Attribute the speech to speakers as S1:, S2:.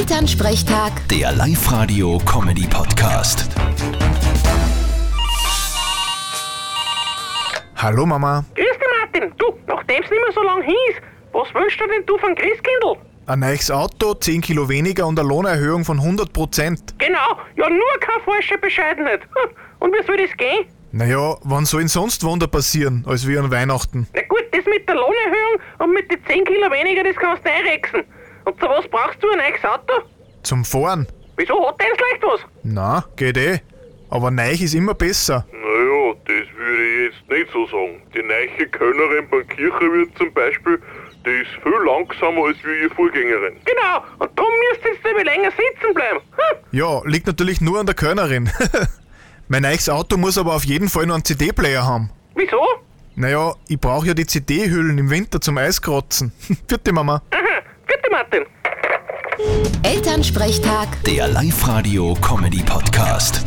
S1: Elternsprechtag,
S2: Der Live-Radio-Comedy-Podcast.
S3: Hallo Mama.
S4: Grüß dich, Martin. Du, nachdem's nicht mehr so lang hin ist, was wünschst du denn du von Christkindl?
S3: Ein neues Auto, 10 Kilo weniger und eine Lohnerhöhung von 100%.
S4: Genau, ja nur keine falsche Bescheidenheit. Hm, Und wie soll das gehen?
S3: Naja, wann sollen sonst Wunder passieren, als wir an Weihnachten?
S4: Na gut, das mit der Lohnerhöhung und mit den 10 Kilo weniger, das kannst du einrechsen. Und zu was brauchst du ein neues Auto?
S3: Zum Fahren?
S4: Wieso hat deins leicht was?
S3: Na, geht eh. Aber neu ist immer besser.
S5: Naja, das würde ich jetzt nicht so sagen. Die neue Kölnerin beim Kirche wird zum Beispiel, die ist viel langsamer als wie ihre Vorgängerin.
S4: Genau, und darum müsst ihr jetzt eben länger sitzen bleiben. Hm,
S3: Ja, liegt natürlich nur an der Kölnerin. mein neues Auto muss aber auf jeden Fall noch einen CD-Player haben.
S4: wieso?
S3: Naja, ich brauche ja die CD-Hüllen im Winter zum Eiskratzen. Vierte Mama.
S4: Aha, bitte Martin.
S1: Elternsprechtag.
S2: Der Live-Radio-Comedy-Podcast.